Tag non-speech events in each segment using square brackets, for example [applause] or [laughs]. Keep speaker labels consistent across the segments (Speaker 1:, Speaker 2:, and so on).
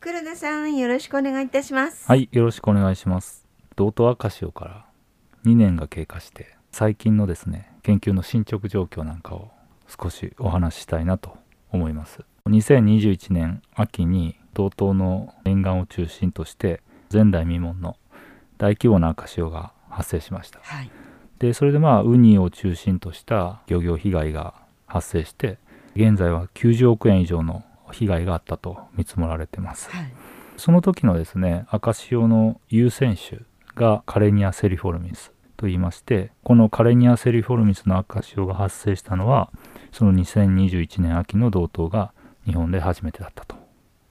Speaker 1: 黒田さんよろしくお願いいたします
Speaker 2: はい、よろしくお願いします。道東赤潮から2年が経過して、最近のですね、研究の進捗状況なんかを少しお話ししたいなと思います。2021年秋に道東の沿岸を中心として、前代未聞の大規模な赤潮が発生しました。
Speaker 1: はい
Speaker 2: でそれでまあウニを中心とした漁業被害が発生して現在は90億円以上の被害があったと見積もられてます
Speaker 1: はい
Speaker 2: その時のですね赤潮の優先種がカレニアセリフォルミスと言いましてこのカレニアセリフォルミスの赤潮が発生したのはその2021年秋の同等が日本で初めてだったと、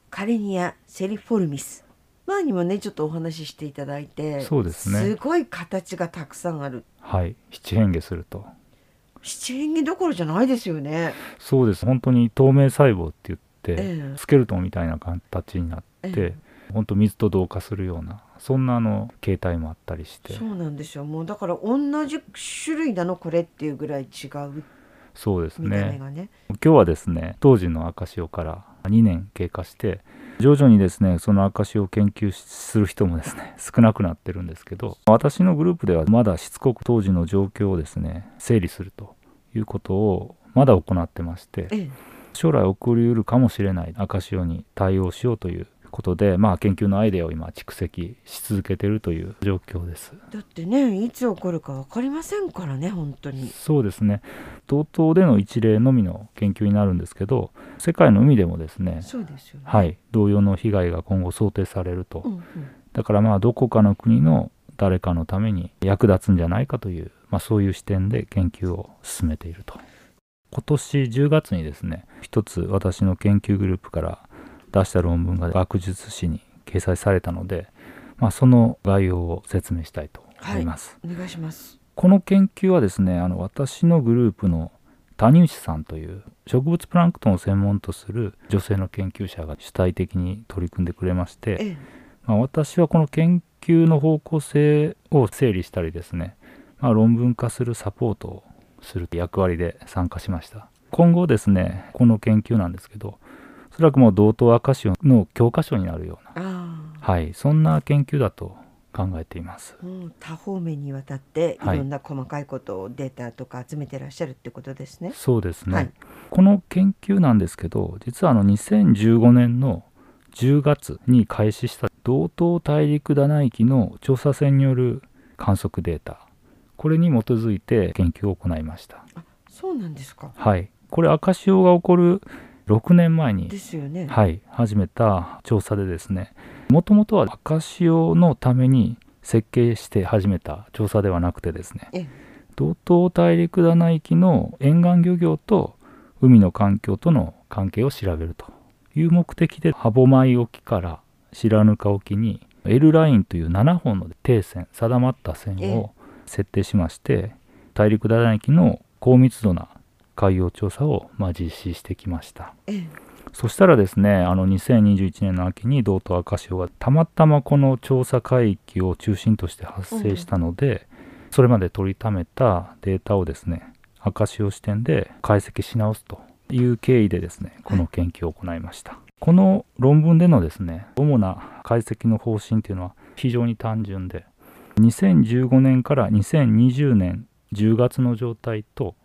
Speaker 1: カレニアセリフォルミス前にもねちょっとお話ししていただいて
Speaker 2: そうですね
Speaker 1: すごい形がたくさんある
Speaker 2: はい七変化すると
Speaker 1: 七変化どころじゃないですよね
Speaker 2: そうです本当に透明細胞って言って、
Speaker 1: ええ
Speaker 2: スケルトンみたいな形になっ
Speaker 1: え
Speaker 2: てで本当水と同化するようなそんなあの形態もあったりして
Speaker 1: そうなんですよもうだから同じ種類なのこれっていうぐらい違う
Speaker 2: そうです
Speaker 1: 見た目
Speaker 2: ね
Speaker 1: がね
Speaker 2: 今日はですね当時の赤潮から2年経過して徐々にですねその赤潮を研究する人もですね [laughs] 少なくなってるんですけど私のグループではまだしつこく当時の状況をですね整理するということをまだ行ってまして
Speaker 1: ええ
Speaker 2: 将来起こりうるかもしれない赤潮に対応しようということで、まあ、研究のアイデアを今蓄積し続けているという状況です。
Speaker 1: だってねいつ起こるか分かりませんからね本当に
Speaker 2: そうですね同等での一例のみの研究になるんですけど世界の海でもですね
Speaker 1: そうですよね
Speaker 2: はい同様の被害が今後想定されると、
Speaker 1: うんうん、
Speaker 2: だからまあどこかの国の誰かのために役立つんじゃないかという、まあ、そういう視点で研究を進めていると今年10月にですね一つ私の研究グループから出した論文が学術誌に掲載されたので、まあ、その概要を説明したいと思います、
Speaker 1: お願いします
Speaker 2: この研究はですねあの私のグループの谷内さんという植物プランクトンを専門とする女性の研究者が主体的に取り組んでくれまして、
Speaker 1: ええ
Speaker 2: まあ、私はこの研究の方向性を整理したりですね、まあ、論文化するサポートをする役割で参加しました今後ですねこの研究なんですけどおそらくもう同等赤潮の教科書になるような
Speaker 1: ああ
Speaker 2: はいそんな研究だと考えています
Speaker 1: もう多方面にわたってい
Speaker 2: はい
Speaker 1: ろんな細かいことをデータとか集めてらっしゃるってことですね。
Speaker 2: そうですね、
Speaker 1: はい
Speaker 2: この研究なんですけど実はあの2015年の10月に開始した道東大陸棚域の調査船による観測データこれに基づいて研究を行いました
Speaker 1: あそうなんですか。
Speaker 2: はいこれ赤潮が起こる6年前に
Speaker 1: ですよね。
Speaker 2: はい、始めた調査でですねもともとは赤潮のために設計して始めた調査ではなくてですね
Speaker 1: ええ
Speaker 2: 道東大陸棚域の沿岸漁業と海の環境との関係を調べるという目的で歯舞沖から白糠沖に L ラインという7本の定線定まった線
Speaker 1: ええ
Speaker 2: を設定しまして大陸棚域の高密度な海洋調査をまあ実施してきました。
Speaker 1: ええ
Speaker 2: そしたらですね、あの2021年の秋に道東赤潮がたまたまこの調査海域を中心として発生したので、それまで取りためたデータをですね、赤潮視点で解析し直すという経緯でですね、この研究を行いました。この論文でのですね、主な解析の方針というのは非常に単純で、2015年から2020年10月の状態と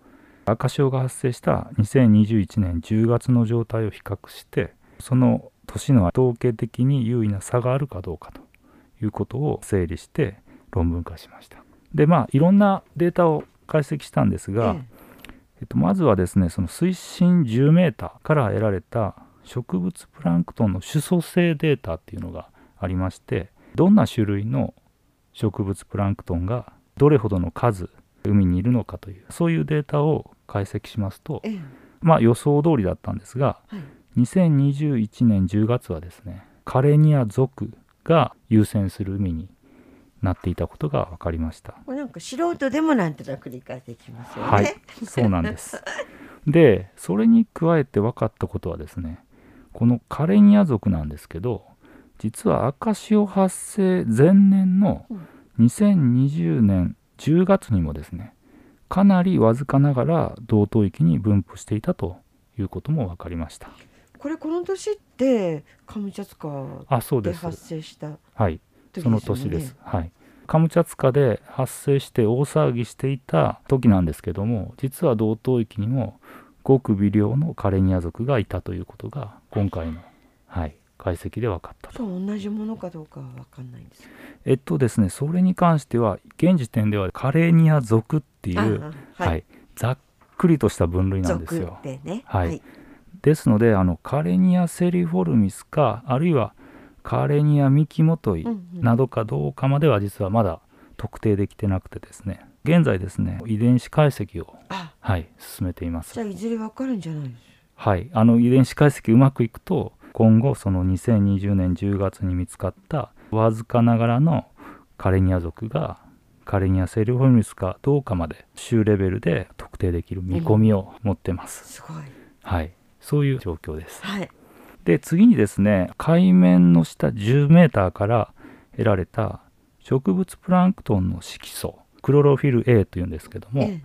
Speaker 2: 赤潮が発生した2021年10月の状態を比較してその年の統計的に優位な差があるかどうかということを整理して論文化しました。でまあいろんなデータを解析したんですが、
Speaker 1: え
Speaker 2: えっと、まずはですねその水深 10m から得られた植物プランクトンの主組成データっていうのがありましてどんな種類の植物プランクトンがどれほどの数海にいるのかというそういうデータを解析しますと
Speaker 1: えええ
Speaker 2: まあ予想通りだったんですが
Speaker 1: はい
Speaker 2: 2021年10月はですねカレニア属が優先する海になっていたことが分かりました。
Speaker 1: これなんか素人でもなんとなく理解できますよね。
Speaker 2: はい、そうなんです。で、それに加えて分かったことはですね、このカレニア族なんですけど、実は赤潮発生前年の2020年10月にもですね、かなりわずかながら同等域に分布していたということも分かりました。
Speaker 1: [laughs] これこの年ってカムチャツカ
Speaker 2: あそう
Speaker 1: で
Speaker 2: で
Speaker 1: 発
Speaker 2: す
Speaker 1: 生した
Speaker 2: はい
Speaker 1: 時
Speaker 2: その年です、はいカムチャツカで発生して大騒ぎしていた時なんですけども実は同等域にもごく微量のカレニア族がいたということが今回の、はい、解析で分かったと
Speaker 1: と同じものかどうかは分かんないんですけ
Speaker 2: えっとですねそれに関しては現時点ではカレニア族っていう
Speaker 1: ど
Speaker 2: は
Speaker 1: あ
Speaker 2: い、
Speaker 1: はい
Speaker 2: ざっくりとした分類なんです
Speaker 1: 属
Speaker 2: よ
Speaker 1: でね
Speaker 2: はいですのであのカレニアセリフォルミスかあるいはカレニアミキモトイ
Speaker 1: うんうん
Speaker 2: などかどうかまでは実はまだ特定できてなくてですね現在ですね遺伝子解析を、
Speaker 1: あ
Speaker 2: はい、進めていま
Speaker 1: じゃ
Speaker 2: す
Speaker 1: あいずれ分かるんじゃないです
Speaker 2: はいあの遺伝子解析うまくいくと今後その2020年10月に見つかったわずかながらのカレニア族がカレニアセリフォルミスかどうかまで州レベルで特定できる見込みを持ってます、
Speaker 1: すごい
Speaker 2: はいそういう状況です
Speaker 1: はい
Speaker 2: で次にですね海面の下10メーターから得られた植物プランクトンの色素クロロフィル A というんですけども、
Speaker 1: え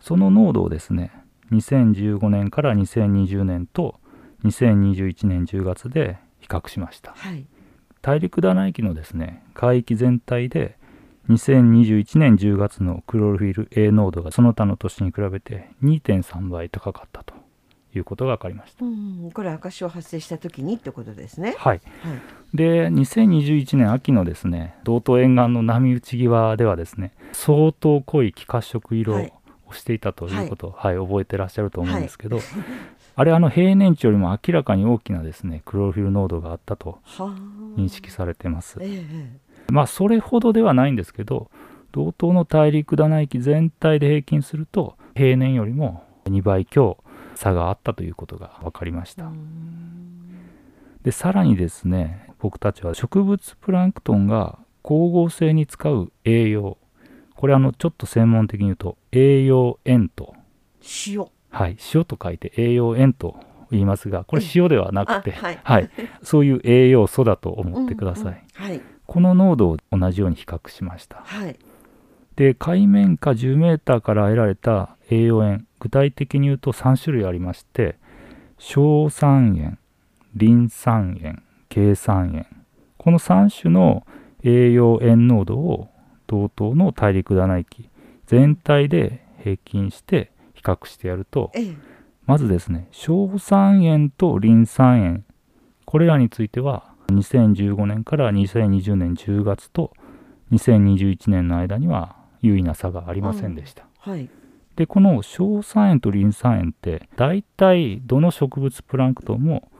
Speaker 2: その濃度をですね2015年から2020年と2021年10月で比較しまし
Speaker 1: え
Speaker 2: た
Speaker 1: はい
Speaker 2: 大陸棚域のですね海域全体で2021年10月のクロロフィル A 濃度がその他の年に比べて2.3倍高かったということが分かりました
Speaker 1: うんこれ赤潮発生した時にってことですね
Speaker 2: はい
Speaker 1: はい
Speaker 2: で2021年秋のですね道東沿岸の波打ち際ではですね相当濃い気褐色色
Speaker 1: はい
Speaker 2: をしていたということを、はい覚えてらっしゃると思うんですけど、
Speaker 1: はい
Speaker 2: あれあの平年値よりも明らかに大きなですねクロロフィル濃度があったと
Speaker 1: はあ
Speaker 2: 認識されてます
Speaker 1: えええ
Speaker 2: まあそれほどではないんですけど道東の大陸棚域全体で平均すると平年よりも2倍強差があったということが分かりまし
Speaker 1: え
Speaker 2: た
Speaker 1: う、ん
Speaker 2: でさらにですね僕たちは植物プランクトンが光合成に使う栄養これあのちょっと専門的に言うと栄養塩と
Speaker 1: 塩
Speaker 2: はい塩と書いて栄養塩と言いますがこれ塩ではなくて、
Speaker 1: あはい
Speaker 2: そういう栄養素だと思ってください、
Speaker 1: うんうんはい
Speaker 2: この濃度を同じように比較しました
Speaker 1: はい
Speaker 2: で海面下 10m から得られた栄養塩具体的に言うと3種類ありまして硝酸塩リン酸塩珪酸塩この3種の栄養塩濃度を同等の大陸棚域全体で平均して比較してやると
Speaker 1: ええ
Speaker 2: まずですね硝酸塩とリン酸塩これらについては2015年から2020年10月と2021年の間には有意な差がありませんでした、
Speaker 1: はい
Speaker 2: でこの硝酸塩とリン酸塩って大体どの植物プランクトンも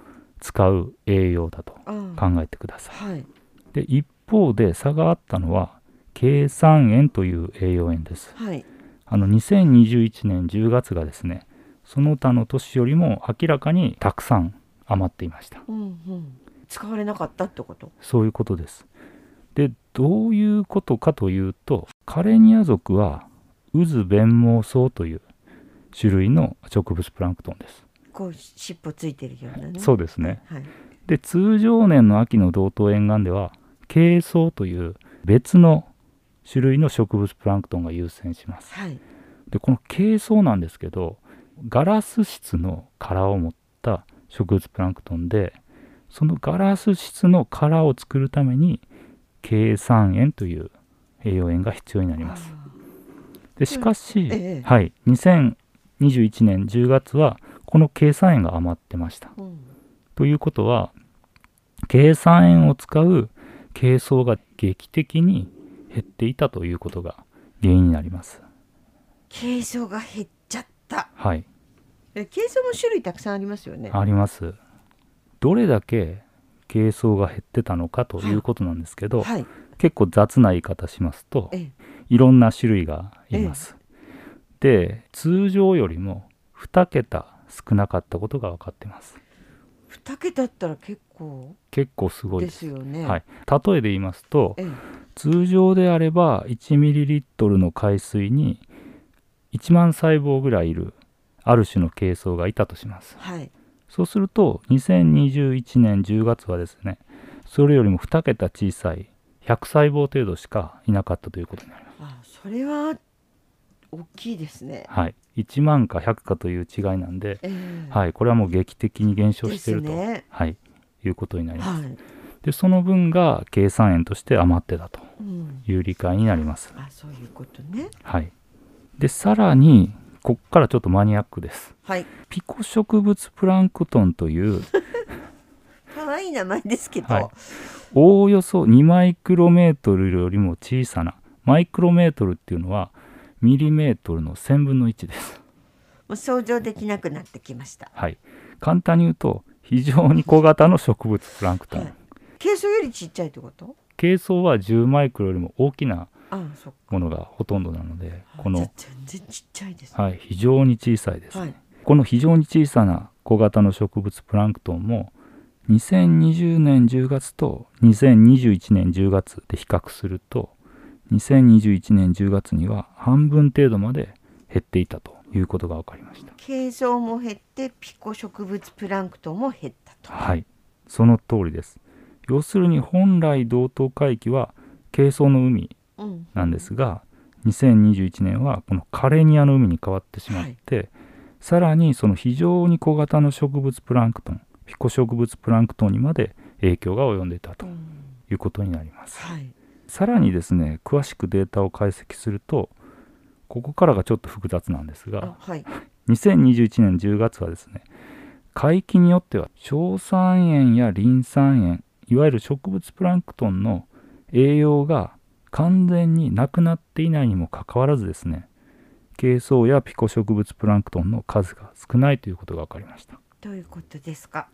Speaker 2: 使う栄養だと
Speaker 1: ああ
Speaker 2: 考えてください
Speaker 1: はい
Speaker 2: で一方で差があったのは珪酸塩という栄養塩です
Speaker 1: はい
Speaker 2: あの2021年10月がですねその他の年よりも明らかにたくさん余っていました
Speaker 1: うんうん使われなかったってこと
Speaker 2: そういうことですでどういうことかというとカレニア族は渦弁毛藻という種類の植物プランクトンです、
Speaker 1: こう尻尾ついてるようなね
Speaker 2: そうですね
Speaker 1: はい
Speaker 2: で通常年の秋の道東沿岸では珪藻という別の種類の植物プランクトンが優先します
Speaker 1: はい
Speaker 2: でこの珪藻なんですけどガラス質の殻を持った植物プランクトンでそのガラス質の殻を作るために珪酸塩という栄養塩が必要になります
Speaker 1: あ
Speaker 2: でしかし、
Speaker 1: ええ
Speaker 2: はい、2021年10月はこの珪酸塩が余ってました
Speaker 1: あうん
Speaker 2: ということは珪酸塩を使う珪藻が劇的に減っていたということが原因になります
Speaker 1: 珪藻が減っちゃった
Speaker 2: はい
Speaker 1: え珪藻も種類たくさんありますよね
Speaker 2: ありますどれだけ珪藻が減ってたのかということなんですけど、
Speaker 1: はい
Speaker 2: 結構雑な言い方しますと
Speaker 1: え
Speaker 2: いろんな種類がいます、で通常よりも2桁少なかったことが分かってます
Speaker 1: 二桁だったら結構
Speaker 2: 結構すごい
Speaker 1: で
Speaker 2: です
Speaker 1: すよね
Speaker 2: はい、例えで言いますと
Speaker 1: ええ
Speaker 2: 通常であれば1ミリリットルの海水に1万細胞ぐらいいるある種の珪藻がいたとします
Speaker 1: はい
Speaker 2: そうすると2021年10月はですねそれよりも2桁小さい100細胞程度しかいなかったということになります。
Speaker 1: あそれは大きいですね
Speaker 2: はい、 1万か100かという違いなんで、
Speaker 1: ええ
Speaker 2: はい、これはもう劇的に減少
Speaker 1: で
Speaker 2: してい
Speaker 1: す
Speaker 2: ると、
Speaker 1: ね。
Speaker 2: はい、いうことになります。
Speaker 1: はい。
Speaker 2: でその分が計算円として余ってたと
Speaker 1: うん。
Speaker 2: いう理解になります。
Speaker 1: あ、そういうことね。
Speaker 2: はい、でさらにこっからちょっとマニアックです。
Speaker 1: はい。
Speaker 2: ピコ植物プランクトンという
Speaker 1: 可愛い名前ですけど。
Speaker 2: はいおおよそ2マイクロメートルよりも小さなマイクロメートルっていうのはミリメートルの1000分の1です。
Speaker 1: もう想像できなくなってきました。
Speaker 2: はい、簡単に言うと非常に小型の植物プランクトン、
Speaker 1: はい軽装よりちっちゃいってこと。
Speaker 2: 軽装は10マイクロよりも大きな
Speaker 1: あ、そっか。
Speaker 2: ものがほとんどなので
Speaker 1: あ
Speaker 2: こ
Speaker 1: じゃ
Speaker 2: の
Speaker 1: あ、全然ちっちゃいです。
Speaker 2: はい、非常に小さいです、ね
Speaker 1: はい
Speaker 2: この非常に小さな小型の植物プランクトンも2020年10月と2021年10月で比較すると2021年10月には半分程度まで減っていたということが分かりました
Speaker 1: 軽装も減って、ピコ植物プランクトンも減ったと。
Speaker 2: はいその通りです要するに本来同等海域は軽層の海
Speaker 1: うん。
Speaker 2: なんですが2021年はこのカレニアの海に変わってしまって、さらにその非常に小型の植物プランクトンピコ植物プランクトンにまで影響が及んでいたと
Speaker 1: うん
Speaker 2: いうことになります、
Speaker 1: はい。
Speaker 2: さらにですね詳しくデータを解析するとここからがちょっと複雑なんです
Speaker 1: あ
Speaker 2: が
Speaker 1: はい。
Speaker 2: 2021年10月はですね海域によっては硝酸塩やリン酸塩いわゆる植物プランクトンの栄養が完全になくなっていないにもかかわらずですね珪藻やピコ植物プランクトンの数が少ないということが分かりました、
Speaker 1: どういうことですか。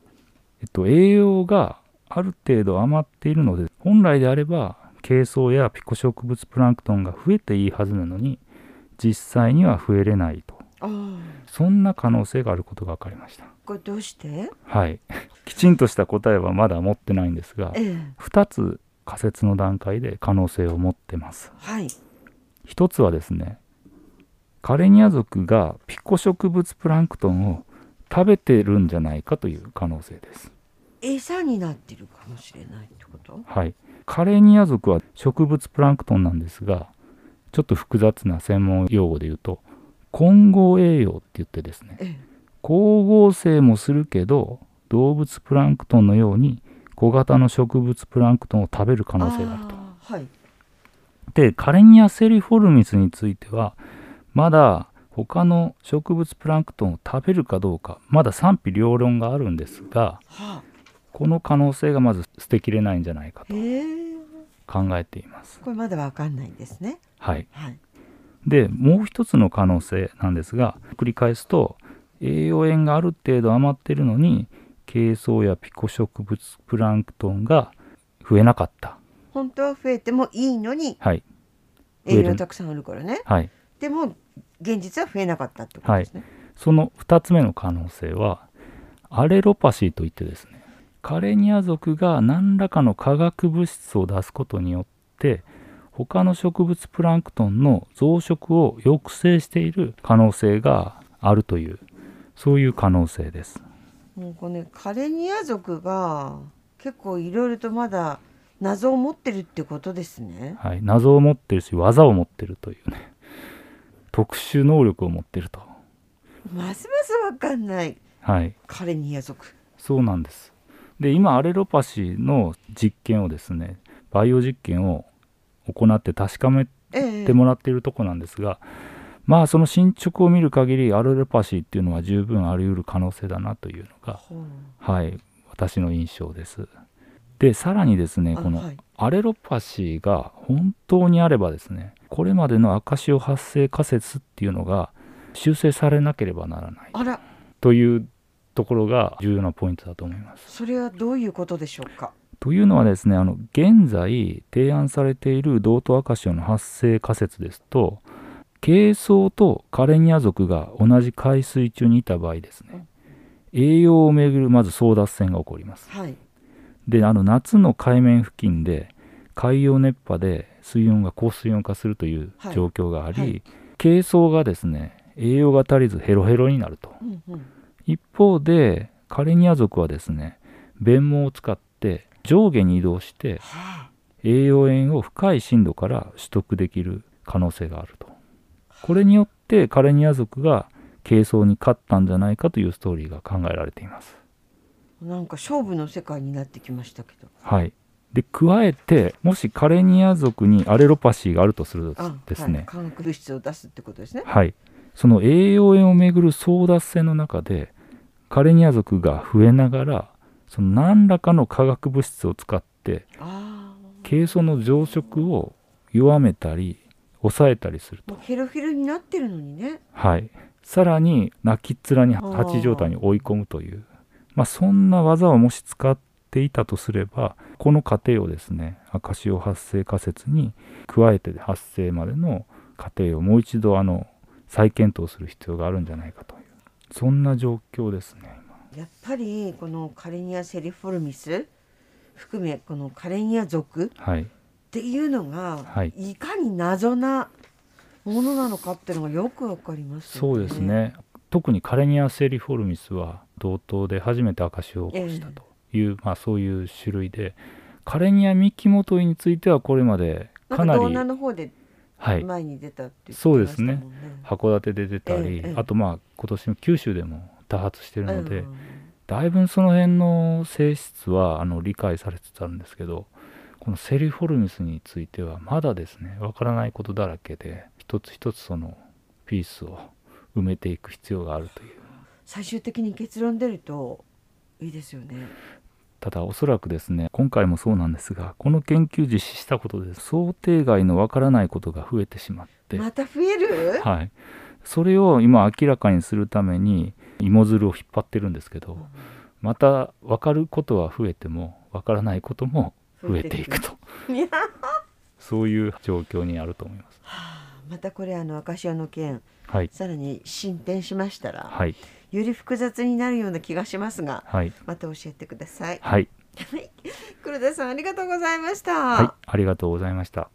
Speaker 2: えっと、栄養がある程度余っているので本来であれば珪藻やピコ植物プランクトンが増えていいはずなのに実際には増えれないと
Speaker 1: ああ。
Speaker 2: そんな可能性があることが分かりました
Speaker 1: これどうして。
Speaker 2: はい、きちんとした答えはまだ持ってないんですが
Speaker 1: ええ。
Speaker 2: 2つ仮説の段階で可能性を持ってます
Speaker 1: はい。
Speaker 2: 1つはですねカレニア族がピコ植物プランクトンを食べてるんじゃないかという可能性です、
Speaker 1: 餌になってるかもしれないってこと。
Speaker 2: はい、カレニア族は植物プランクトンなんですがちょっと複雑な専門用語で言うと混合栄養って言ってですね
Speaker 1: ええ。
Speaker 2: 光合成もするけど動物プランクトンのように小型の植物プランクトンを食べる可能性があると。
Speaker 1: あーはい。
Speaker 2: でカレニアセリフォルミスについてはまだ他の植物プランクトンを食べるかどうかまだ賛否両論があるんですが
Speaker 1: はあ。
Speaker 2: この可能性がまず捨てきれないんじゃないかと
Speaker 1: へえ。
Speaker 2: 考えています。
Speaker 1: これまだわかんないんですね。
Speaker 2: はい、
Speaker 1: はい。
Speaker 2: でもう一つの可能性なんですが繰り返すと栄養塩がある程度余っているのに珪藻やピコ植物プランクトンが増えなかった
Speaker 1: 本当は増えてもいいのに
Speaker 2: はい
Speaker 1: 栄
Speaker 2: 増え
Speaker 1: 養
Speaker 2: る
Speaker 1: たくさんあるからね。
Speaker 2: はい
Speaker 1: でも現実は増えなかったってことですね。
Speaker 2: その2つ目の可能性はアレロパシーといってですねカレニア族が何らかの化学物質を出すことによって他の植物プランクトンの増殖を抑制している可能性があるというそういう可能性です
Speaker 1: もうこれ、ね、カレニア族が結構いろいろとまだ謎を持ってるってことですね。
Speaker 2: はい、謎を持ってるし技を持ってるというね特殊能力を持ってると
Speaker 1: ますますわかんない
Speaker 2: はい
Speaker 1: カレニア族。
Speaker 2: そうなんですで今アレロパシーの実験をですね培養実験を行って確かめ
Speaker 1: ええ
Speaker 2: てもらっているとこなんですが、まあその進捗を見る限りアレロパシーっていうのは十分あり得る可能性だなというのが
Speaker 1: ほう
Speaker 2: はい私の印象ですでさらにですね
Speaker 1: あ
Speaker 2: この
Speaker 1: はい
Speaker 2: アレロパシーが本当にあればですねこれまでの赤潮発生仮説っていうのが修正されなければならない
Speaker 1: あら、
Speaker 2: というところが重要なポイントだと思います。
Speaker 1: それはどういうことでしょうか。
Speaker 2: というのはですねあの現在提案されている道東赤潮の発生仮説ですと珪藻とカレニア族が同じ海水中にいた場合ですね栄養をめぐるまず争奪戦が起こります。
Speaker 1: はい。
Speaker 2: であの夏の海面付近で海洋熱波で水温が高水温化するという
Speaker 1: はい
Speaker 2: 状況があり、
Speaker 1: はい
Speaker 2: 珪藻がですね栄養が足りずヘロヘロになると
Speaker 1: うんうん。
Speaker 2: 一方でカレニア族はですね弁毛を使って上下に移動して
Speaker 1: はあ。
Speaker 2: 栄養塩を深い深度から取得できる可能性があるとこれによっってカレニア族が軽装に勝ったんじゃないかというストーリーが考えられています。
Speaker 1: なんか勝負の世界になってきましたけど
Speaker 2: はい、で加えてもしカレニア族にアレロパシーがあるとすると
Speaker 1: あ
Speaker 2: です
Speaker 1: はい、
Speaker 2: ね、
Speaker 1: 化学物質を出すってことですね
Speaker 2: はい、その栄養塩をめぐる争奪戦の中でカレニア族が増えながらその何らかの化学物質を使って
Speaker 1: あ
Speaker 2: 珪藻の増殖を弱めたり抑えたりする
Speaker 1: あも
Speaker 2: と
Speaker 1: う、ヘロヘロになってるのにね
Speaker 2: はい、さらに泣きっ面に蜂状態に追い込むという、まあ、そんな技をもし使っていたとすればこの過程をですね赤潮発生仮説に加えて発生までの過程をもう一度あの再検討する必要があるんじゃないかというそんな状況ですね
Speaker 1: やっぱりこのカレニア・セリフォルミス含めこのカレニア族
Speaker 2: 今はい
Speaker 1: っていうのが、
Speaker 2: はい
Speaker 1: い、かに謎なものなのかっていうのがよくわかります
Speaker 2: そ
Speaker 1: よ
Speaker 2: うですね特にカレニア・セリフォルミスは同等で初めて赤潮を起こしたという、まあ、そういう種類でカレニア・ミキモトイについてはこれまで
Speaker 1: なん
Speaker 2: かな
Speaker 1: か
Speaker 2: り
Speaker 1: 動画の方で
Speaker 2: はい、
Speaker 1: 前に出たっていう、
Speaker 2: そうですね
Speaker 1: 聞きましたもんね
Speaker 2: 函館で出たり、
Speaker 1: ええええ
Speaker 2: あとまあ今年の九州でも多発してるので、
Speaker 1: うん
Speaker 2: だいぶその辺の性質はあの理解されつつあるんですけどこのセリフォルミスについてはまだですねわからないことだらけで一つ一つそのピースを埋めていく必要があるという
Speaker 1: 最終的に結論出るといいですよね
Speaker 2: ただおそらくですね今回もそうなんですがこの研究実施したことで想定外のわからないことが増えてしまって
Speaker 1: また増える
Speaker 2: はい、それを今明らかにするために芋づるを引っ張ってるんですけど、また分かることは増えても分からないことも増えていくと
Speaker 1: いや
Speaker 2: そういう状況にあると思います。
Speaker 1: またこれあの赤潮の件
Speaker 2: はい、
Speaker 1: さらに進展しましたら、
Speaker 2: はい、
Speaker 1: より複雑になるような気がしますが
Speaker 2: はい、
Speaker 1: また教えてください
Speaker 2: はい、
Speaker 1: 黒田さんありがとうございました、
Speaker 2: はい、ありがとうございました。